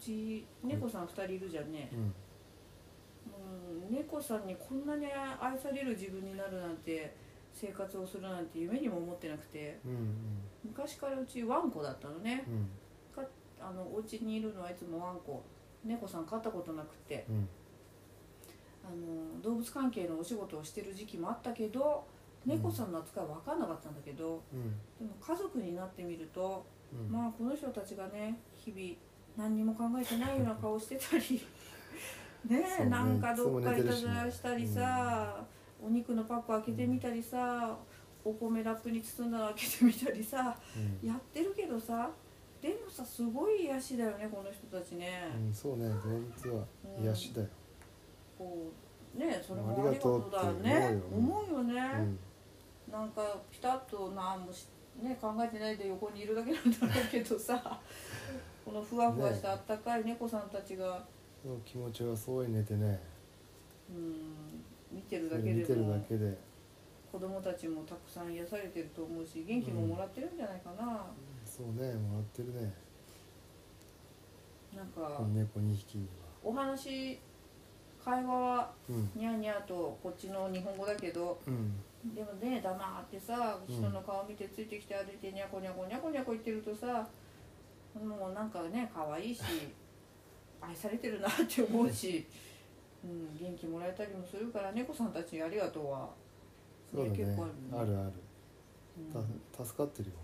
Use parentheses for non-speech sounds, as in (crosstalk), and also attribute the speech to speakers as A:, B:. A: ち猫さん2人いるじゃんね、
B: うん
A: うん、猫さんにこんなに愛される自分になるなんて生活をするなんて夢にも思ってなくて
B: うん
A: 昔からうちワンコだったのね
B: うんうん
A: あのお家にいるのはいつもワンコ猫さん飼ったことなくて
B: うん
A: あの動物関係のお仕事をしてる時期もあったけど猫さんの扱い分かんなかったんだけど
B: うん
A: でも家族になってみると
B: うん
A: まあこの人たちがね日々何にも考えてないような顔してた
B: (laughs)
A: りねえ
B: そうね
A: なんかどっかいたずらしたりさ、お肉のパック開けてみたりさお米ラップに包んだの開けてみたりさ
B: うん
A: やってるけどさでもさすごい癒しだよねこの人たちね、
B: うんそうね動物は
A: うん
B: 癒しだよ
A: こうねそれも
B: あ
A: あ
B: り
A: り
B: が
A: が
B: とう
A: とうだよ
B: って
A: ね
B: 思
A: 思うよね、
B: うん
A: なんかピタッと何もし、ね、考えてないで横にいるだけなんだろうけど
B: (laughs)
A: さこのふわふわしたあったかい猫さんたちが、
B: その気持ちがそうに寝てね
A: うん見てる
B: そ
A: だ
B: れ
A: け
B: 見て
A: で
B: るだ
A: も
B: けで
A: 子供たちもたくさん癒されてると思うし元気ももらってるんじゃないかな、
B: そうねもらってるね
A: なん
B: こ
A: か
B: の猫2匹には
A: お話会話は
B: うん
A: ニャーニャーとこっちの日本語だけど
B: うん
A: でもね黙ってさ
B: うん
A: 人の顔見てついてきて歩いてニャコニャコニャコニャコ言ってるとさもうなんかね可愛い
B: (laughs)
A: し愛されてるなって思うし、うん、元気もらえたりもするから猫さんたちにありがとうは
B: そうだね
A: 結構
B: あ
A: あ
B: る
A: る
B: ある
A: うん
B: た助かってるよ